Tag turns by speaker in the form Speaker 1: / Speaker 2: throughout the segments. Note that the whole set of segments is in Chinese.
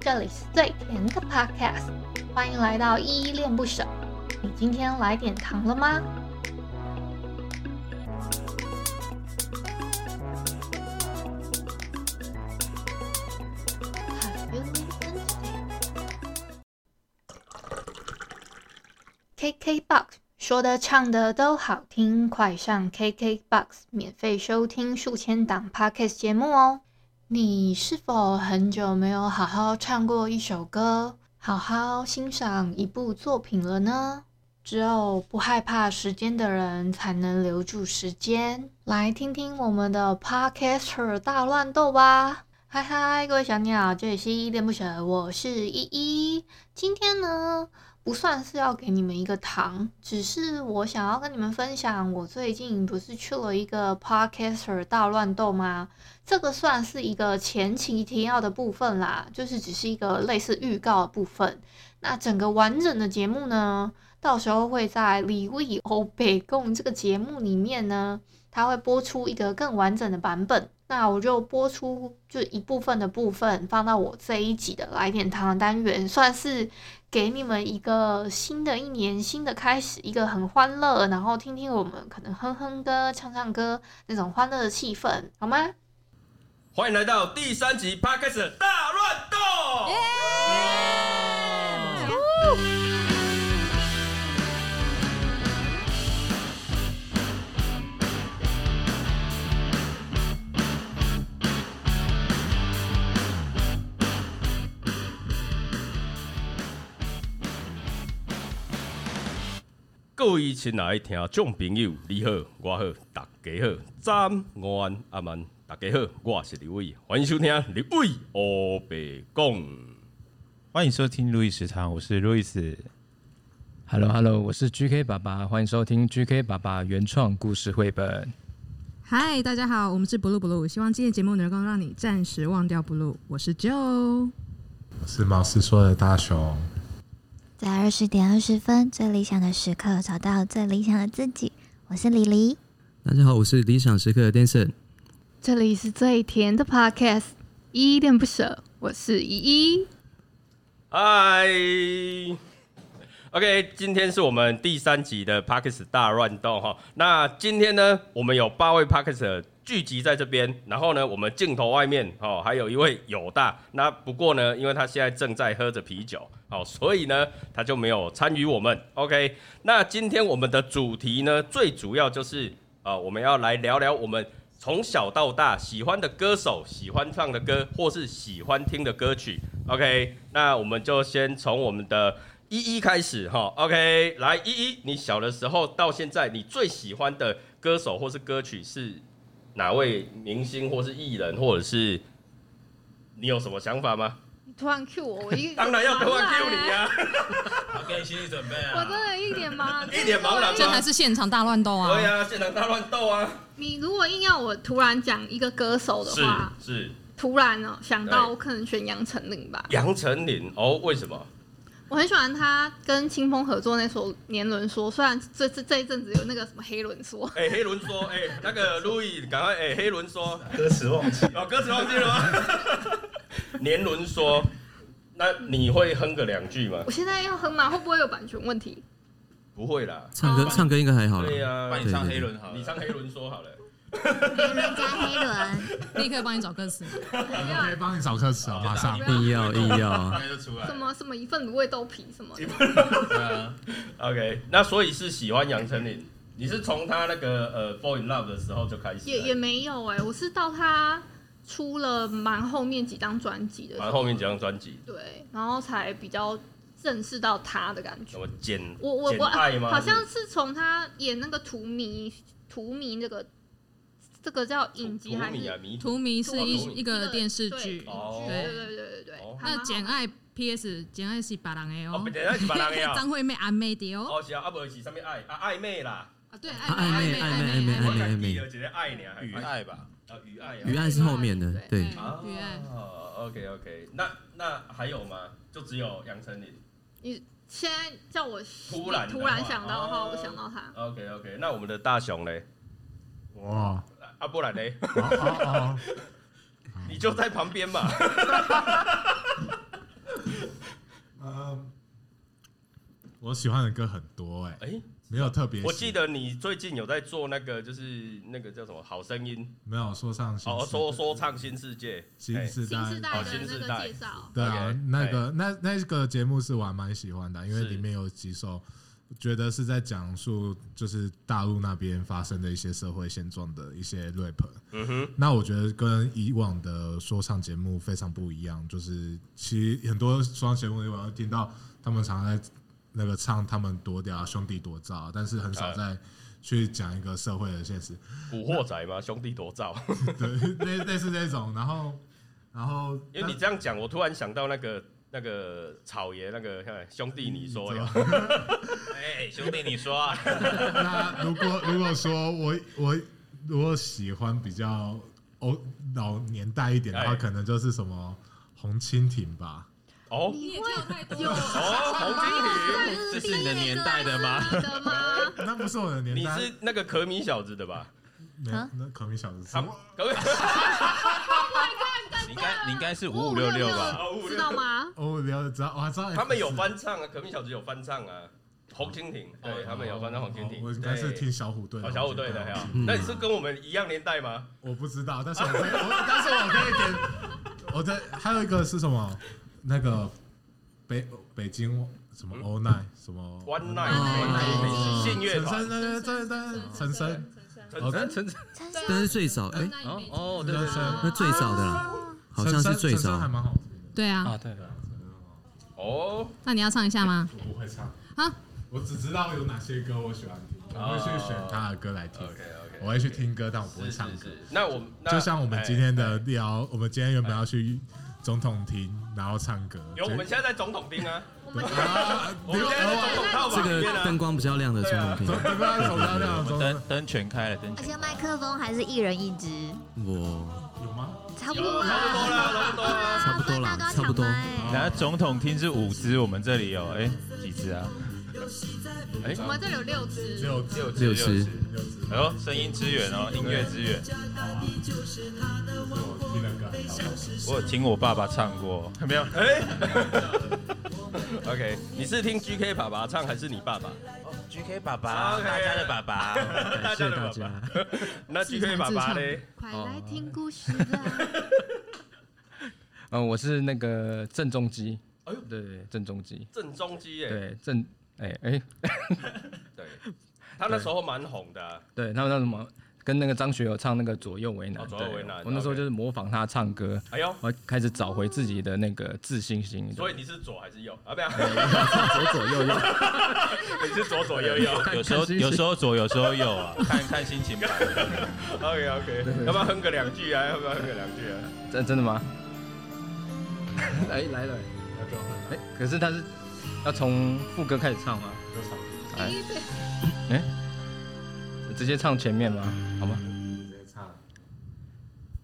Speaker 1: 这里是最甜的 Podcast，欢迎来到依依恋不舍。你今天来点糖了吗？Have you listened today? KKBOX 说的唱的都好听，快上 KKBOX 免费收听数千档 Podcast 节目哦。你是否很久没有好好唱过一首歌，好好欣赏一部作品了呢？只有不害怕时间的人，才能留住时间。来听听我们的 Podcaster 大乱斗吧！嗨嗨，各位小鸟，这里是依依恋不舍，我是依依。今天呢，不算是要给你们一个糖，只是我想要跟你们分享，我最近不是去了一个 Podcaster 大乱斗吗？这个算是一个前期提要的部分啦，就是只是一个类似预告的部分。那整个完整的节目呢，到时候会在《李卫欧北贡》这个节目里面呢，它会播出一个更完整的版本。那我就播出就一部分的部分，放到我这一集的来点糖的单元，算是给你们一个新的一年新的开始，一个很欢乐，然后听听我们可能哼哼歌、唱唱歌那种欢乐的气氛，好吗？
Speaker 2: 欢迎来到第三集 Podcast 大乱斗。各位亲爱的听众朋友，你好，我好，大家好，早安阿曼，大家好，我是李伟，欢迎收听李伟黑白讲。
Speaker 3: 欢迎收听路易食堂，我是路易斯。
Speaker 4: Hello Hello，我是 GK 爸爸，欢迎收听 GK 爸爸原创故事绘本。
Speaker 5: 嗨，大家好，我们是 Blue Blue，希望今天节目能够让你暂时忘掉 Blue。我是 Joe，
Speaker 6: 是毛师说的大熊，
Speaker 7: 在二十点二十分最理想的时刻，找到最理想的自己。我是李黎，
Speaker 8: 大家好，我是理想时刻的 Danson。
Speaker 1: 这里是最甜的 Podcast，依依恋不舍，我是依依。
Speaker 2: 嗨，OK，今天是我们第三集的 p a r k e s 大乱斗哈。那今天呢，我们有八位 p a r k e s 聚集在这边，然后呢，我们镜头外面哦，还有一位友大。那不过呢，因为他现在正在喝着啤酒，哦，所以呢，他就没有参与我们。OK，那今天我们的主题呢，最主要就是呃，我们要来聊聊我们从小到大喜欢的歌手、喜欢唱的歌，或是喜欢听的歌曲。OK，那我们就先从我们的依依开始哈。OK，来依依，你小的时候到现在，你最喜欢的歌手或是歌曲是哪位明星或是艺人，或者是你有什么想法吗？
Speaker 9: 你突然 Q 我，我一
Speaker 2: 当然要等我
Speaker 9: 茫然
Speaker 2: Q 你啊，
Speaker 3: 给你心理准备啊
Speaker 9: 我真的一点茫然。
Speaker 2: 一脸茫然
Speaker 5: 这才
Speaker 2: 吗？
Speaker 5: 是现场大乱斗啊！
Speaker 2: 对呀、现场大乱斗啊！
Speaker 9: 你如果硬要我突然讲一个歌手的
Speaker 2: 是
Speaker 9: 话，
Speaker 2: 是，
Speaker 9: 突然哦、想到
Speaker 2: 对
Speaker 9: 我可能选杨丞琳吧。
Speaker 2: 杨丞琳哦，为什么？
Speaker 9: 我很喜欢他跟清风合作那首《年轮说》，虽然这这这一阵子有那个什么黑轮说，
Speaker 2: 哎、黑伦说，哎、那个路易，赶快，哎、黑伦说，
Speaker 6: 歌词忘记。
Speaker 2: 老歌词忘记了吗？ 年轮说，那你会哼个两句吗？
Speaker 9: 我现在要哼吗？会不会有版权 问题？
Speaker 2: 不会啦。
Speaker 8: 唱歌、唱歌应该还好啦。
Speaker 2: 对呀、
Speaker 3: 啊
Speaker 2: 啊
Speaker 3: 帮你唱黑轮好了。
Speaker 2: 你唱黑轮说好了。
Speaker 7: 黑人加黑人，
Speaker 5: 啊立刻帮你找歌词。
Speaker 6: 我可以帮你找歌词啊，马上。
Speaker 8: 硬要硬要
Speaker 3: 大，概就出来
Speaker 9: 什么什么一份卤味豆皮什么的？
Speaker 3: 了。
Speaker 2: OK，那所以是喜欢杨丞琳，你是从他那个呃《Fall in Love》的时候就开始了，
Speaker 9: 也也没有哎、我是到他出了蛮后面几张专辑的时候，
Speaker 2: 蛮后面几张专辑，
Speaker 9: 对，然后才比较正视到他的感
Speaker 2: 什
Speaker 9: 觉。
Speaker 2: 么简
Speaker 9: 我我
Speaker 2: 简
Speaker 9: 我
Speaker 2: 爱吗？
Speaker 9: 好像是从他演那个《荼蘼》《荼蘼》这个这个叫影集还
Speaker 2: 迷
Speaker 9: 是
Speaker 2: 啊迷途
Speaker 5: 荼蘼是一
Speaker 2: 荼蘼
Speaker 5: 一个电视剧
Speaker 9: 对，
Speaker 2: 哦
Speaker 9: 对对对对对
Speaker 2: 哦。
Speaker 9: 还蛮
Speaker 5: 那《
Speaker 9: 好
Speaker 5: 简爱》P.S.《简爱》是别人的
Speaker 2: 哦，
Speaker 5: 哦
Speaker 2: 不，对，那是别人 的
Speaker 5: 张
Speaker 2: 哦。
Speaker 5: 惠妹阿妹的哦。
Speaker 2: 哦，是啊，啊，不是上面爱啊暧昧啦，
Speaker 5: 啊，对，
Speaker 8: 啊暧昧暧
Speaker 5: 哎
Speaker 8: 昧暧
Speaker 2: 我
Speaker 8: 昧
Speaker 2: 感觉有一个爱呢，
Speaker 3: 雨爱吧，
Speaker 2: 啊雨爱啊，
Speaker 8: 雨爱是后面的，对，
Speaker 2: 啊
Speaker 5: 雨爱。
Speaker 2: OK OK，那那还有吗？就只有杨丞琳。
Speaker 9: 你现在叫我
Speaker 2: 突然的话
Speaker 9: 突然想到的话，
Speaker 2: 哦
Speaker 9: 我想到他。
Speaker 2: OK OK，那我们的大雄嘞，
Speaker 6: 哇，
Speaker 2: 啊不然嘞，
Speaker 6: 哦哦哦，
Speaker 2: 你就在旁边嘛。
Speaker 6: 我喜欢的歌很多哎，
Speaker 2: 哎、
Speaker 6: 没有特别喜。
Speaker 2: 我记得你最近有在做那个，就是那个叫什么《好声音
Speaker 6: 没有说上》，新
Speaker 2: 哦，
Speaker 6: 世
Speaker 2: 说说唱新世界，
Speaker 6: 新
Speaker 2: 哎
Speaker 6: 哦时
Speaker 9: 新
Speaker 6: 代
Speaker 9: 时代的那个介绍，
Speaker 6: 对啊
Speaker 2: OK，
Speaker 6: 那个那那个节目是我还蛮喜欢的，因为
Speaker 2: 是
Speaker 6: 里面有几首觉得是在讲述就是大陆那边发生的一些社会现状的一些 rap。
Speaker 2: 嗯哼，
Speaker 6: 那我觉得跟以往的说唱节目非常不一样，就是其实很多说唱节目以往会听到他们常在那个唱他们多屌兄弟多造，但是很
Speaker 2: 哎
Speaker 6: 少在去讲一个社会的现实。
Speaker 2: 古惑仔嘛，兄弟多造。
Speaker 6: 对， 类类似这种，然后然后
Speaker 2: 因为你这样讲，我突然想到那个那个草爷那个哎兄弟，你说呀，
Speaker 3: 哎，兄弟，你说啊，
Speaker 6: 那 如果如果说我我如果喜欢比较欧老年代一点的话，
Speaker 2: 哎
Speaker 6: 可能就是什么红蜻蜓吧。
Speaker 2: 哦
Speaker 9: 你
Speaker 5: 也
Speaker 9: 会
Speaker 5: 跳太多
Speaker 9: 有
Speaker 5: 了。
Speaker 2: 哦，红蜻蜓，
Speaker 9: 这
Speaker 8: 这是你的年代的吗
Speaker 9: 的 吗？
Speaker 6: 那不是我的年
Speaker 2: 你
Speaker 6: 代，
Speaker 2: 是那个可米小子的吧？
Speaker 6: 没有那可米小子是
Speaker 2: 他
Speaker 6: 我
Speaker 2: 可米
Speaker 3: 你应该你应该是五
Speaker 9: 五
Speaker 3: 五六六吧？
Speaker 9: 六知道吗？
Speaker 6: 哦，了知道，我知道
Speaker 2: 他们有翻唱啊，可米小子有翻唱啊，红蜻蜓，
Speaker 6: 哦
Speaker 2: 对他们有翻唱红蜻蜓，
Speaker 6: 我应该是
Speaker 2: 对
Speaker 6: 听小虎队的
Speaker 2: 哦
Speaker 6: 红蜻蜓，
Speaker 2: 小虎队的，还好
Speaker 6: 嗯
Speaker 2: 那你是跟我们一样年代吗？
Speaker 6: 我不知道，但是我可以，我但是我可以点。我的还有一个是什么？那个北北京什么 all night 什么
Speaker 2: One
Speaker 8: Night
Speaker 6: 哦
Speaker 2: 奈嗯信乐团，
Speaker 6: 陈升，陈升，陈
Speaker 2: 陈升
Speaker 6: 升，
Speaker 8: 陈
Speaker 7: 陈升
Speaker 8: 但是最少哎，
Speaker 4: 哦哦，对
Speaker 6: 陈
Speaker 4: 对
Speaker 6: 升，
Speaker 8: 那最少的啦，好像是最
Speaker 6: 陈升还
Speaker 8: 少。
Speaker 6: 蛮好听的。
Speaker 5: 对啊，
Speaker 4: 啊对对，
Speaker 2: 哦，
Speaker 5: 那你要唱一下吗？
Speaker 6: 我不会唱
Speaker 5: 啊，
Speaker 6: 我只知道有哪些歌我喜欢听，我会去选他的歌来听。
Speaker 2: OK，OK，
Speaker 6: 我会去听歌，但我不会
Speaker 2: 是
Speaker 6: 唱
Speaker 2: 是
Speaker 6: 歌。
Speaker 2: 是，那我们那哎
Speaker 6: 哦就像我们今天的聊，我们今天原本要去总统厅，然后唱歌。
Speaker 2: 有，我们现在在总统厅啊，
Speaker 9: 我们
Speaker 6: 啊，
Speaker 2: 我们现在在总统套
Speaker 8: 这
Speaker 2: 房里
Speaker 8: 个
Speaker 2: 面啊
Speaker 8: 灯。光比较亮的冲动
Speaker 6: 总
Speaker 8: 片，
Speaker 6: 你不要总要聊总
Speaker 3: 灯灯全开了，灯
Speaker 7: 而
Speaker 3: 全
Speaker 7: 且麦克风还是一人一支，
Speaker 8: 我
Speaker 6: 有吗？
Speaker 7: 差不多啊
Speaker 2: 差不多啦，
Speaker 7: 啦，
Speaker 2: 差不多啦。
Speaker 8: 差不多
Speaker 7: 大
Speaker 8: 啦
Speaker 7: 家都要
Speaker 8: 差不多
Speaker 7: 抢麦
Speaker 3: 然后总统厅是五支，我们这里有哎几支啊？
Speaker 9: 我们这里有六
Speaker 6: 只
Speaker 9: 只，
Speaker 6: 有只有
Speaker 8: 只有吃，
Speaker 6: 六只，
Speaker 3: 哎呦，声音支援哦，音乐支援。
Speaker 6: 我听了歌很好
Speaker 3: 我有听我爸爸唱过，没有？
Speaker 2: 哎啊，OK，你是听 GK 爸爸唱还是你爸爸？
Speaker 3: GK 哦爸
Speaker 2: 爸大家的爸
Speaker 3: 爸。
Speaker 4: 感谢大家。
Speaker 2: 那 GK 爸爸嘞？
Speaker 9: 快
Speaker 2: 哦
Speaker 9: 来听故事啦！
Speaker 4: 嗯，我是那个郑中基。
Speaker 2: 哎
Speaker 4: 哎
Speaker 2: 呦
Speaker 4: 呦，对，郑中基，
Speaker 2: 郑中基耶，
Speaker 4: 对郑，哎哎，
Speaker 2: 对，他那时候蛮红的啊，
Speaker 4: 对他们那什么，跟那个张学友唱那个左右为
Speaker 2: 哦
Speaker 4: 难，
Speaker 2: 左右为
Speaker 4: 对
Speaker 2: 难
Speaker 4: 我那时候
Speaker 2: OK
Speaker 4: 就是模仿他唱歌，
Speaker 2: 哎呦，
Speaker 4: 我开始找回自己的那个自信心。
Speaker 2: 所以你是左还是右？啊，不要，
Speaker 4: 左左右右，
Speaker 2: 你是左左右右。
Speaker 3: 有时候有时候左，有时候右啊，看看心情吧。
Speaker 2: OK OK，要不要哼个两句啊？要不要哼个两句啊？
Speaker 4: 真真的 吗？来来了，哎，可是他是要从副歌开始唱吗？哎，哎，直接唱前面吗？好吗？
Speaker 6: 直接唱。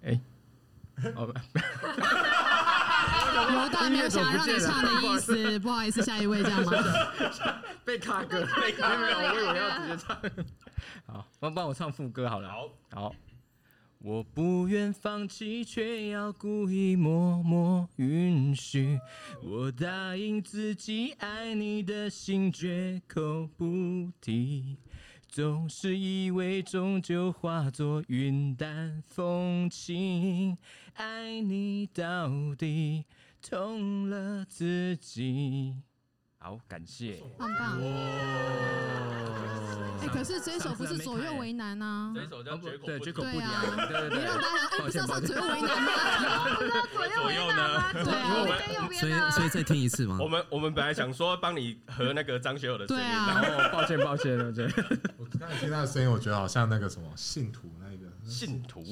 Speaker 4: 哎，好吧，
Speaker 5: 有段没有想要让你唱的意思， 不好意思，下一位这样吗？
Speaker 4: 被卡歌，
Speaker 9: 被卡歌
Speaker 4: 没有没有，我以为要直接唱。 好，帮帮我唱副歌好了。
Speaker 2: 好，
Speaker 4: 好，我不愿放弃，却要故意默默允许。我答应自己，爱你的心绝口不提。总是以为终究化作云淡风轻，爱你到底，痛了自己。好，感谢。
Speaker 5: 棒棒。哎，可是这首不是左右为难啊
Speaker 2: 这，一首叫绝口
Speaker 4: 对，
Speaker 2: 不提
Speaker 4: 绝口不
Speaker 5: 对
Speaker 4: 提
Speaker 5: 啊
Speaker 4: 啊，对对
Speaker 5: 你
Speaker 4: 对。
Speaker 5: 让大家哎，不是要唱左右为难吗？
Speaker 9: 左
Speaker 2: 啊
Speaker 9: 右呢？左右
Speaker 2: 对啊
Speaker 9: 跟右
Speaker 8: 所
Speaker 9: 边
Speaker 8: 以
Speaker 9: 呢？
Speaker 8: 所以再听一次吗
Speaker 2: 我？们我们本来想说帮你和那个张学友的声
Speaker 5: 对
Speaker 2: 音，
Speaker 5: 啊，
Speaker 4: 哦，抱歉抱歉，对不对？
Speaker 6: 我刚才听他的声音，我觉得好像那个什么信徒那个
Speaker 2: 信徒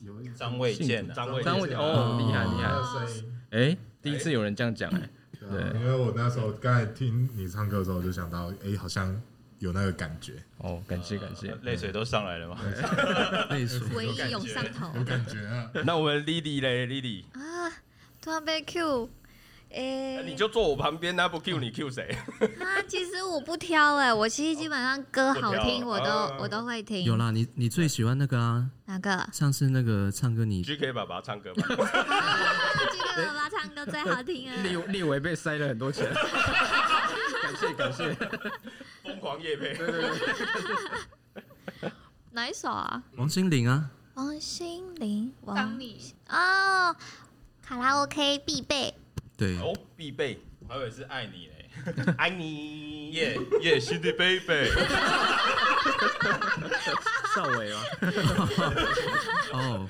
Speaker 6: 有一
Speaker 3: 张卫健啊，
Speaker 2: 张卫
Speaker 4: 张卫
Speaker 2: 健
Speaker 4: 健哦，厉害厉
Speaker 6: 那
Speaker 4: 害！
Speaker 6: 个声音。
Speaker 4: 哎，第一次有人这样讲哎，
Speaker 6: 对啊，因为我那时候刚才听你唱歌的时候，我就想到，哎，好像有那个感觉，
Speaker 4: 哦，感谢感
Speaker 8: 呃
Speaker 4: 谢。
Speaker 3: 泪水都上来了吗？
Speaker 8: 类属
Speaker 7: 回忆涌上头
Speaker 6: 有感觉啊。
Speaker 2: 那我们 Lily 嘞，Lily，
Speaker 7: 啊！突然被 Q，哎、
Speaker 2: 你就坐我旁边，那不 Q 你 Q 谁？
Speaker 7: 啊，其实我不挑哎、我其实基本上歌好听
Speaker 2: 不
Speaker 7: 我
Speaker 2: 挑
Speaker 7: 都、
Speaker 2: 啊
Speaker 7: 我都会听。
Speaker 8: 有啦，你你最喜欢那个啊？
Speaker 7: 哪
Speaker 2: 哎
Speaker 7: 个？
Speaker 8: 上次那个唱歌你
Speaker 2: GK 爸爸唱歌 吧，
Speaker 7: 这个爸爸唱歌最好听啊！
Speaker 4: 立立维被塞了很多钱，
Speaker 8: 感谢感谢。
Speaker 2: 疯狂夜配，
Speaker 9: 哪一首啊？
Speaker 8: 王心凌啊，
Speaker 7: 王心凌，
Speaker 9: 当
Speaker 7: 王
Speaker 9: 你
Speaker 7: 哦，卡拉 OK 必备，
Speaker 8: 对，
Speaker 2: 哦，必备，
Speaker 3: 我还以为是爱你嘞，
Speaker 2: 爱 你
Speaker 3: 耶耶，心 的 baby，
Speaker 4: 少伟啊，
Speaker 8: 哦，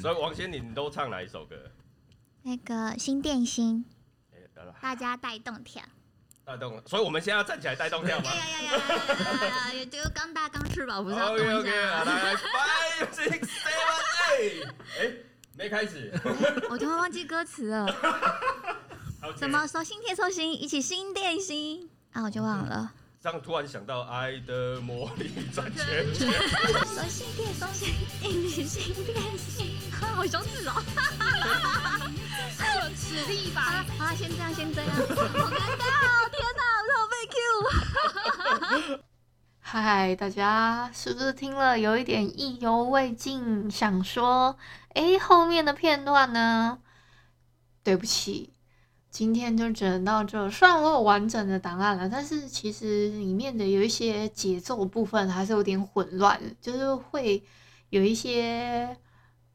Speaker 2: 所以王心凌都唱哪一首歌？
Speaker 7: 那个新电心，
Speaker 2: 哎得了
Speaker 7: 大家带动跳。
Speaker 2: 带动，所以我们现在要站起来带动跳吗
Speaker 7: 哎呀呀呀呀呀呀！就刚大刚吃饱，不是要动
Speaker 2: OK
Speaker 7: 一
Speaker 2: OK，
Speaker 7: 下啊
Speaker 2: 来
Speaker 7: 吗？
Speaker 2: 来，five six seven eight，哎，没开始，
Speaker 7: 我突然忘记歌词了。什么手心贴手心，一起心电心啊，我就忘了。
Speaker 2: 这样突然想到《爱的魔力转圈圈》，
Speaker 7: 手心贴手心，一起心电心，啊好羞 耻哦！
Speaker 9: 有实力吧？
Speaker 7: 好啊，先这样，先 这样，好尴尬哦！天哪，我好被 Q。
Speaker 1: 嗨，大家是不是听了有一点意犹未尽？想说，诶，后面的片段呢？对不起，今天就只能到这。虽然我有完整的档案了，但是其实里面的有一些节奏部分还是有点混乱，就是会有一些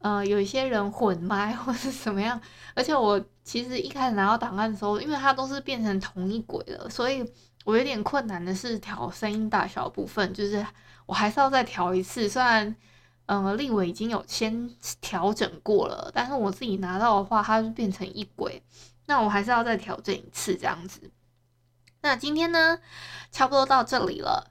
Speaker 1: 呃，有一些人混麦或是怎么样。而且我其实一开始拿到档案的时候，因为它都是变成同一轨了，所以我有点困难的是调声音大小的部分，就是我还是要再调一次。虽然，呃，立伟已经有先调整过了，但是我自己拿到的话，它就变成一轨，那我还是要再调整一次这样子。那今天呢，差不多到这里了。